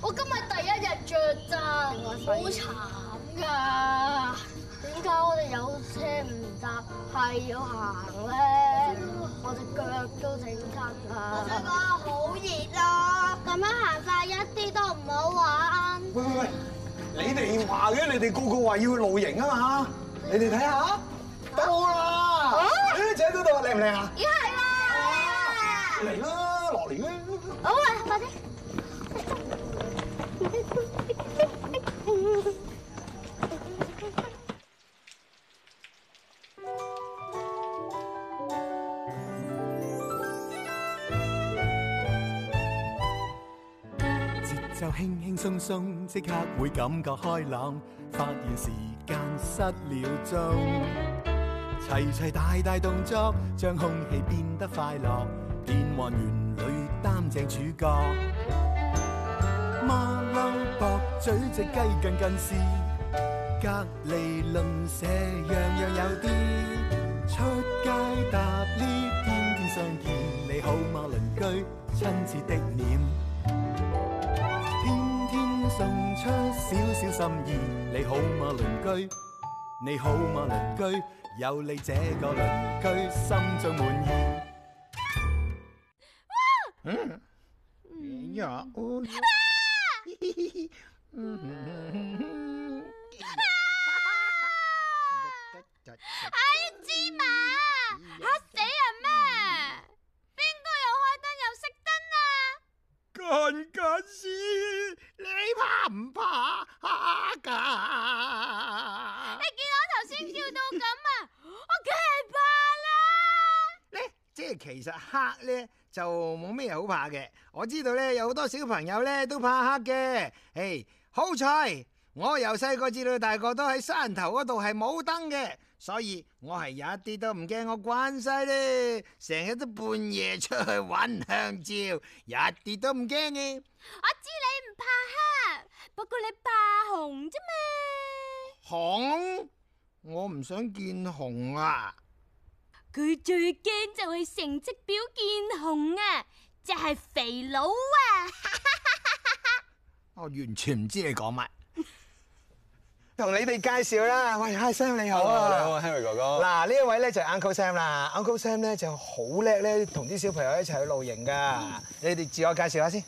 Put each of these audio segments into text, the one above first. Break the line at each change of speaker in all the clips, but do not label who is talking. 我今日第一日着咋，好慘㗎。點解我哋有車唔搭，係要行咧？我隻腳都整親啊！
我想講好熱啦，
咁樣行晒一啲都唔好玩。
喂喂喂，你哋話嘅，你哋個個話要露營啊嘛，你哋睇下，到啦！誒，仔嗰度靚唔靚啊？
咦係啦！
嚟啦，落嚟啦！
好啊，快啲！
節奏輕輕鬆鬆，即刻會感覺開朗，發現時間失了蹤。齊齊大大動作，將空氣變得快樂，變幻園裏擔正主角。馬騮駁嘴隻雞近近視，隔離鄰舍樣樣有啲。出街搭 lift，天天相見，你好嗎鄰居？親切的臉。天天送出少少心意，你好嗎鄰居？你好嗎鄰居？有你這個鄰居，心中滿意。
呀，我
哎芝麻嚇死人咩？邊個又開燈又熄燈啊？
干架事，你怕唔怕
啊
蝦㗎？哎
你見我頭先叫到咁啊，我梗係怕啦。
咧，即係其實黑咧就冇咩好怕嘅。我知道咧有好多小朋友咧都怕黑嘅。誒，好彩我由細個至到大個都喺山頭嗰度係冇燈嘅，所以我係有一啲都唔驚。我慣晒咧，成日都半夜出去揾香蕉，一啲都唔驚
我
嘅。
知你唔怕黑，不過你怕紅啫嘛。
熊，我唔想見熊啊！
佢最驚就係成績表見紅啊，就係肥佬啊。
我完全唔知 你講乜。
同你哋介紹啦，喂，Hi Sam 你好
À.
啊！
你好啊，Harry 哥哥。
嗱，呢一位咧就係 Uncle Sam 啦，Uncle Sam 咧就好叻咧，同啲小朋友一齊去露營噶。你哋自我介紹下先。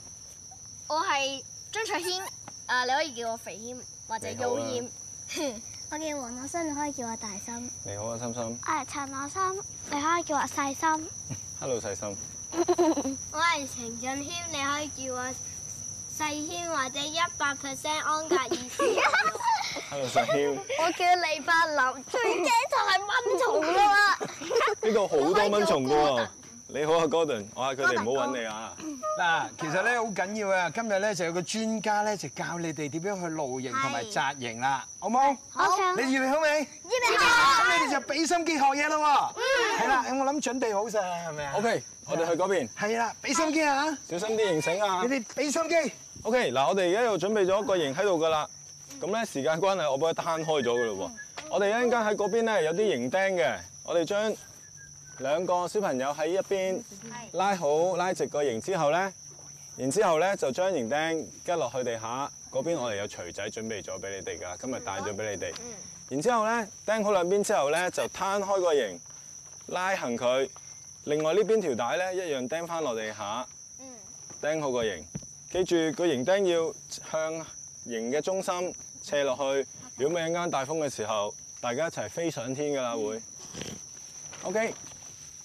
我係張卓軒，
À,
誒你可以叫我肥軒或者
你好
優
啊
軒。
我叫黃樂心，你可以叫我大心。
你好啊，心心。
我係陳樂心，你可以叫我細心。
Hello，細心。
我係程俊軒，你可以叫我細軒或者一百 percent 安格爾斯。
Hello，細軒。
我叫李柏林，最驚就係蚊蟲啦。
呢度好多蚊蟲噶喎。你好啊，Gordon。我嗌佢哋唔好揾你啊。
嗱，其實咧好緊要啊，今日咧就有個專家咧就教你哋點樣去露營同埋紮營啦，好冇？
我想
你預備好未？
呢邊係
咁你哋就俾心機學嘢咯喎。係啦，我諗準備好晒，係咪啊
OK，我哋去嗰邊，
係啦，俾心機啊！
小心啲形繩啊
你。哋俾心機。
OK，嗱，我哋而家又準備咗一個形喺度噶啦。咁咧時間關係，我幫佢攤開咗噶嘞喎。我哋一陣間喺嗰邊咧有啲形釘嘅，我哋將兩個小朋友喺一邊拉好拉直個形之後咧，然之後咧就將形釘拮落去地下嗰邊，我哋有錘仔準備咗俾你哋噶，今日帶咗俾你哋。然之後咧釘好兩邊之後咧就攤開個形，拉行佢。另外呢邊條帶咧一樣釘翻落地下，釘好個形。記住個形釘要向形嘅中心斜落去，如果咪一間大風嘅時候，大家一齊飛上天㗎啦會。OK，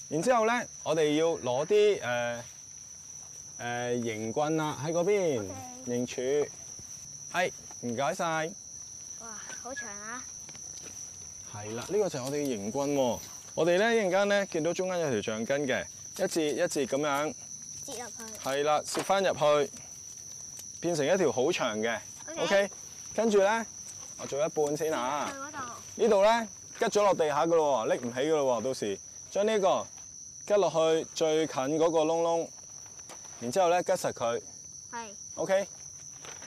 然之後咧，我哋要攞啲誒誒形棍啦，喺嗰邊形柱，係唔該晒。
哇，好長啊！
係啦，呢個就係我哋嘅營棍喎。我哋咧一陣間咧見到中間有條橡筋嘅，一節一節咁樣。
接入去。
係啦，攝翻入去，變成一條好長嘅。OK，跟住咧，我做一半先啊。呢度咧，拮咗落地下噶咯喎，拎唔起噶咯喎，到時將呢個拮落去最近嗰個窿窿，然之後咧拮實佢。
係。
OK，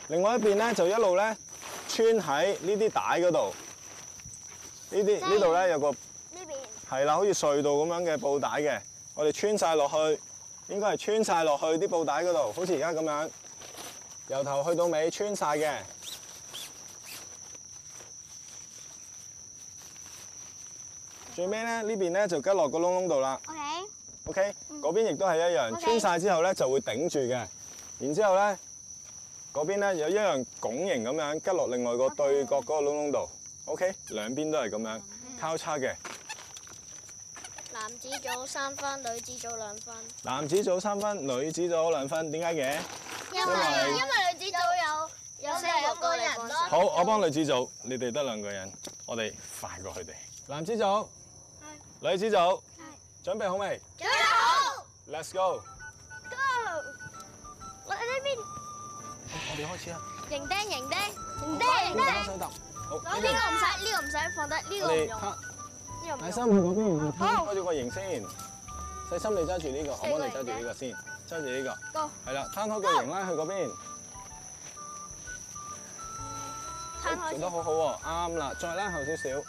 另外一邊咧就一路咧穿喺呢啲帶嗰度，呢啲呢度咧有個。
呢邊
係啦，好似隧道咁樣嘅布帶嘅，我哋穿晒落去，應該係穿晒落去啲布帶嗰度，好似而家咁樣。由頭去到尾穿晒嘅。最尾咧呢邊咧就吉落個窿窿度啦。
OK，
OK，嗰邊亦都係一樣
OK
穿晒之後咧就會頂住嘅。然之後咧，嗰邊咧有一樣拱形咁樣吉落另外個對角嗰個窿窿度。OK，兩邊都係咁樣交叉嘅。
男子組三分，女子組兩分。
男子組三分，女子組兩分，點解嘅？
因為
為
因為女子組有有兩個人咯，
好，我幫女子組，你哋得兩個人，我哋快過佢哋。男子組，女子組，準備好未
準備好，
？Let's go！
我喺呢邊
我哋開始啦，
認釘認釘認
要
釘
打手揼。好，
呢個唔使，呢個唔使放低，呢
我
個唔
哋
用，呢個唔
睇
用。
心佢嗰邊唔開咗個形先。細心你揸住呢個，我幫你揸住呢個先，揸住呢個。係啦，攤開個形啦，去嗰邊。
攤開
做
先
得好好喎，啱啦，再拉後少少。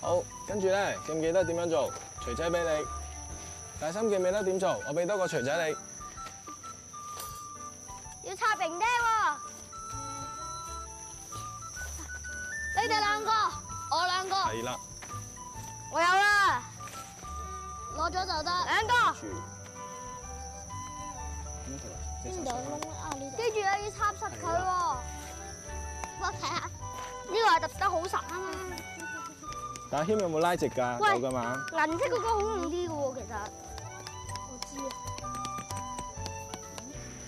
好，跟住咧，記唔記得點樣做？錘仔俾你，大心記唔記得點做？我俾多個錘仔你，
要插平釘喎。你哋兩個，我兩個，
係啦，
我有啦，
攞咗就得。
兩個。
住。咁其實隻手
度窿啊？呢度
跟住我要插實佢喎。我睇下，呢個係揼得好實啊嘛。
但係軒有冇拉直㗎？
喂
有㗎嘛？
銀色嗰個好用啲嘅喎，其實。我知啊。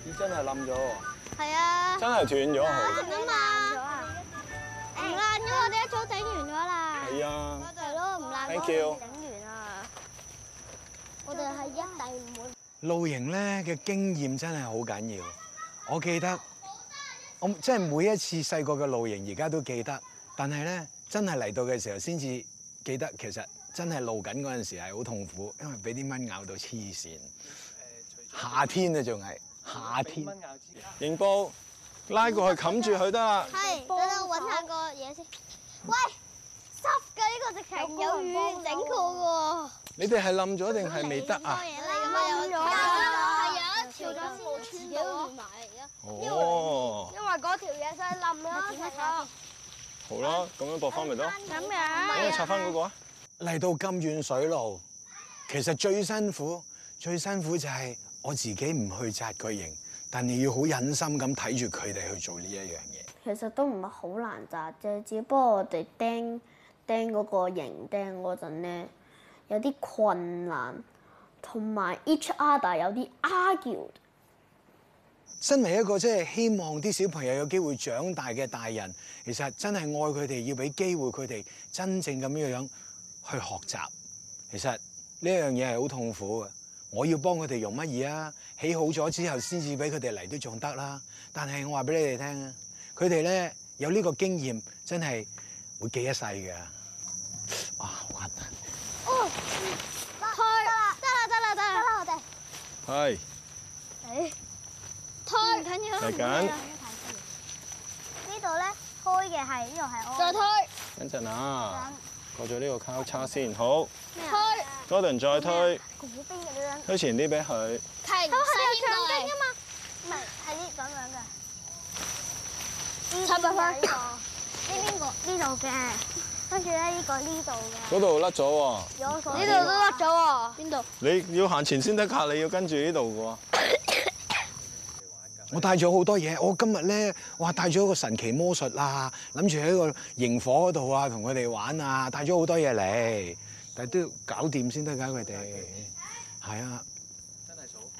咦真係冧咗喎，
係啊。
真係斷咗佢。
啊嘛。唔爛咗，我哋一早整完咗啦。
係啊，
係咯，唔爛
Thank you
整完啦。我哋係一定唔會。
露營咧嘅經驗真係好緊要。我記得，我即係每一次細個嘅露營，而家都記得。但係咧，真係嚟到嘅時候先至記得，其實真係露緊嗰陣時係好痛苦，因為俾啲蚊咬到黐線。夏天啊，仲係夏天。
營布拉過去冚住佢得啦。
係，等等我揾下個嘢先。喂，濕㗎呢個直情有雨整過
你哋係冧咗定
嘅喎。
係未得啊？
你咁啊有
但
啦，
係有一條筋冇穿到啊
哦，
因為嗰條嘢真係冧啦，
好啦，咁樣駁翻咪得咯。
咁
咁你
樣。
拆翻嗰個啊？
嚟到咁遠水路，其實最辛苦、最辛苦就係我自己唔去紮佢營，但你要好忍心咁睇住佢哋去做呢一樣嘢。
其實都唔係好難紮啫，只不過我哋釘釘嗰個形釘嗰陣咧有啲困難，同埋 each other 有啲 argue。
身為一個即係希望啲小朋友有機會長大嘅大人，其實真係愛佢哋，要俾機會佢哋真正咁樣樣去學習。其實呢樣嘢係好痛苦嘅。我要幫佢哋用乜嘢啊？起好咗之後先至俾佢哋嚟都仲得啦。但係我話俾你哋聽啊，佢哋咧有呢個經驗，真係會記一世嘅。哇，好核突！
推得啦，得啦，得啦，得啦，我哋
係。
推唔緊要啦
嚟緊，
呢度咧開嘅係呢度係
再推
等陣啊，過咗呢個交叉先，好
推
，Gordon 再推，
嗰邊嘅咧，
推前啲俾佢，
停西
唱
大
經啊嘛，唔係係呢咁樣嘅。
插入去
呢個呢邊個呢度嘅，跟住咧呢個呢度嘅，
嗰度甩咗喎，
有個
呢度都甩咗喎，邊度？
你要行前先得㗎，你要跟住呢度
我帶咗好多嘢，我今日咧，哇帶咗一個神奇魔術啊，諗住喺個營火嗰度啊，同佢哋玩啊，帶咗好多嘢嚟，但係都要搞掂先得㗎佢哋。係啊，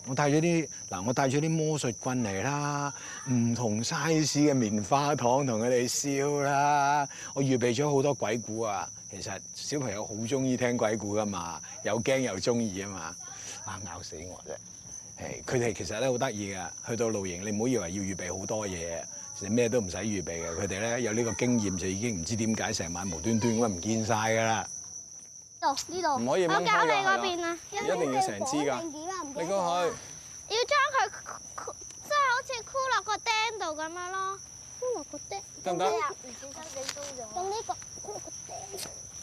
我帶咗啲嗱，我帶咗啲魔術棍嚟啦，唔同 size 嘅棉花糖同佢哋燒啦，我預備咗好多鬼故啊。其實小朋友好中意聽鬼故㗎嘛，又驚又中意啊嘛，啊咬死我啫！誒，佢哋其實咧好得意嘅，去到露營你唔好以為要預備好多嘢，其實咩都唔使預備嘅。佢哋咧有呢個經驗就已經唔知點解成晚無端端咁唔見晒㗎啦。
呢度呢度，
唔可以
我
掹
搞
開
你
㗎
嗰邊啊，
一定要成支㗎
點啊？唔
喎，
記
你
得咗啊
過去，
要將佢即係好似箍落個釘度咁樣咯，箍落個釘
得唔得？
用呢個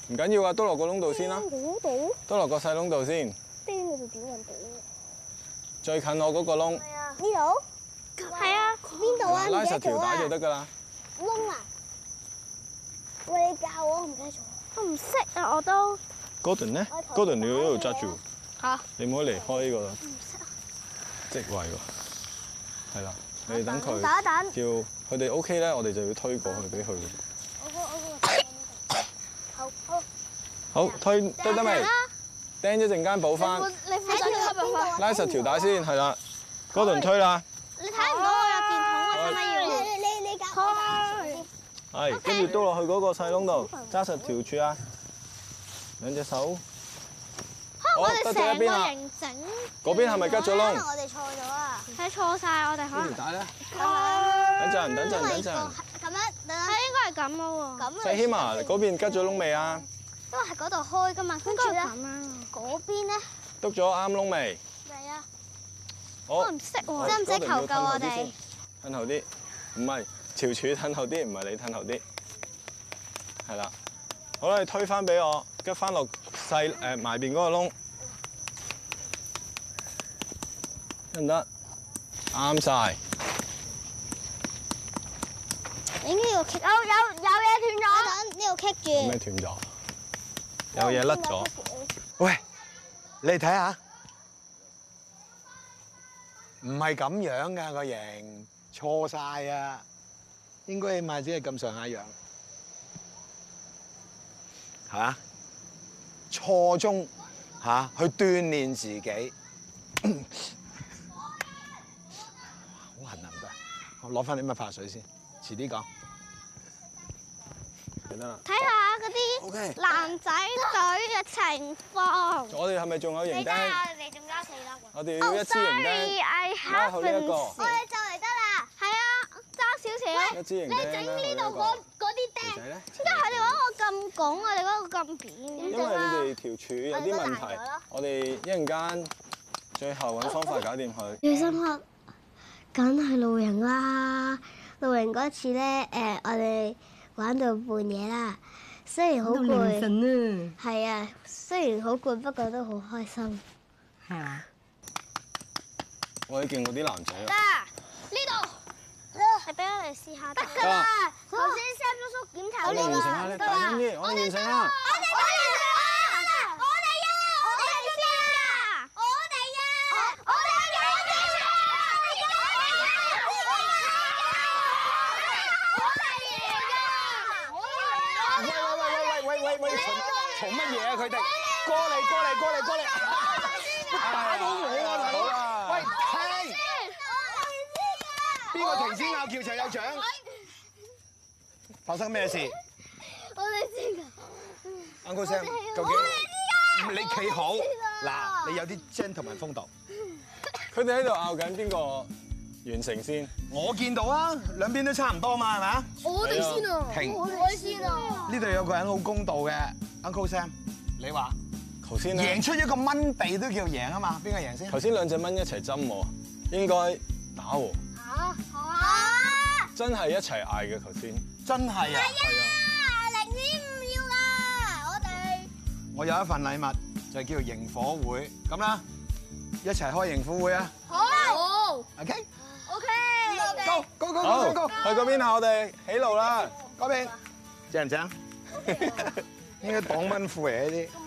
唔緊要啊，都落個窿度先啦，
嗰度
都落個細窿度先，
釘嗰度點揾到？
最近我嗰個窿，
呢度係邊度啊？
嗱
唔
拉
記得咗
實條
啊
帶！就得㗎啦。
窿啊！喂，你教我，我唔記得咗。我唔識啊，我都。
Gordon 咧
我頭
，Gordon 你要喺度揸住，
嚇
你唔可以離開呢個
唔識啊！
職位喎。係啦，你等佢
等一等，
叫佢哋 OK 咧，我哋就要推過去俾佢。
我個我個。好好。
好，推得得未？釘一陣間補翻，
你睇條邊度啊？
拉實條帶先，係啦。Gordon 推啦，
你睇唔到我有電筒
我使
咪要？哦你你你教我。
係，跟住嘟落去嗰個細窿度，揸實條柱啊，兩隻手。好，得咗一邊啊啦，
形整。
嗰邊係咪吉咗窿？
我哋錯咗啊！
睇錯晒，我哋可能
呢條帶咧？等陣，
啊
等陣，等陣。
咁樣等等
係應該係咁咯喎。
咁
細希啊，嗰邊吉咗窿未啊？
因為喺嗰度開噶嘛，跟
應
住
該
咧
係咁啦。
嗰邊咧
篤咗啱窿未？
係啊，
好哦
我。唔識
好
喎。
哦使唔使
Gordon，你要
求救啊
褪後
我
啲
哋
先？褪後啲，唔係潮柱褪後啲，唔係你褪後啲。係啦，好啦，你推翻俾我，吉翻落細誒埋邊嗰個窿，得唔得？啱晒，
應該要棘有有有嘢斷咗，等呢度棘
有咩
住，
斷咗？有嘢甩咗。
喂，你睇下，唔係咁樣噶個形，錯晒啊！應該起碼只係咁上下樣，係嘛？錯中嚇、去鍛鍊自己， 好痕啊唔該，我攞翻啲乜化水先，遲啲講。
得啦。
睇下嗰啲
OK，
男仔隊嘅情況。
我哋係咪仲有形釘？
你仲加四粒喎，
我哋要一支形釘，
I
啊
拉好呢一
haven't
個
seen。
我哋就嚟得啦，
係啊，揸少少。
一支形釘。
你整呢度嗰嗰啲釘，
條仔咧？
點解佢哋揾我咁拱，我
啊
哋揾個咁扁？
因為你哋條柱有啲問題，我哋一陣間最後揾方法搞掂佢。
最深刻啊梗係露營啦！露營嗰次咧，誒、我哋玩到半夜啦，雖然好攰，
神啊，
係啊，雖然好攰，不過都好開心。
係嘛？
我哋見過啲男仔啊。
你俾我哋試下得
㗎啦
頭先 Sam 叔叔檢查
我哋完成啦，你大聲啲，我哋完成
我哋我哋啊！我哋
啦。
啊！我哋啊！我哋啊！我哋啊！
喂喂喂喂喂喂喂，嘈嘈乜嘢啊？佢哋過嚟過嚟過嚟過嚟，打到我啊大佬！喂，係邊個停止拗撬就有獎？發生咩事？我哋知㗎。Uncle Sam，究竟你企好嗱，你有啲 gentleman 風度。
佢哋喺度拗緊邊個完成先。
我見到啊，兩邊都差唔多嘛，係咪啊？
我哋先啊，
停
我哋先啊，
呢度有個人好公道嘅，Uncle Sam，你話
頭先咧
贏，出一個蚊地都叫贏啊嘛？邊個贏先？
頭先兩隻蚊一齊針我，應該打和，真係一齊嗌嘅頭先。
真係啊！
係啊，
我有一份禮物就叫營火會，咁啦，一齊開營火會啊！OK，go go go
好
go go，
去嗰邊啊！我哋起路啦。
嗰邊正唔正？應該擋蚊褲嚟呢啲。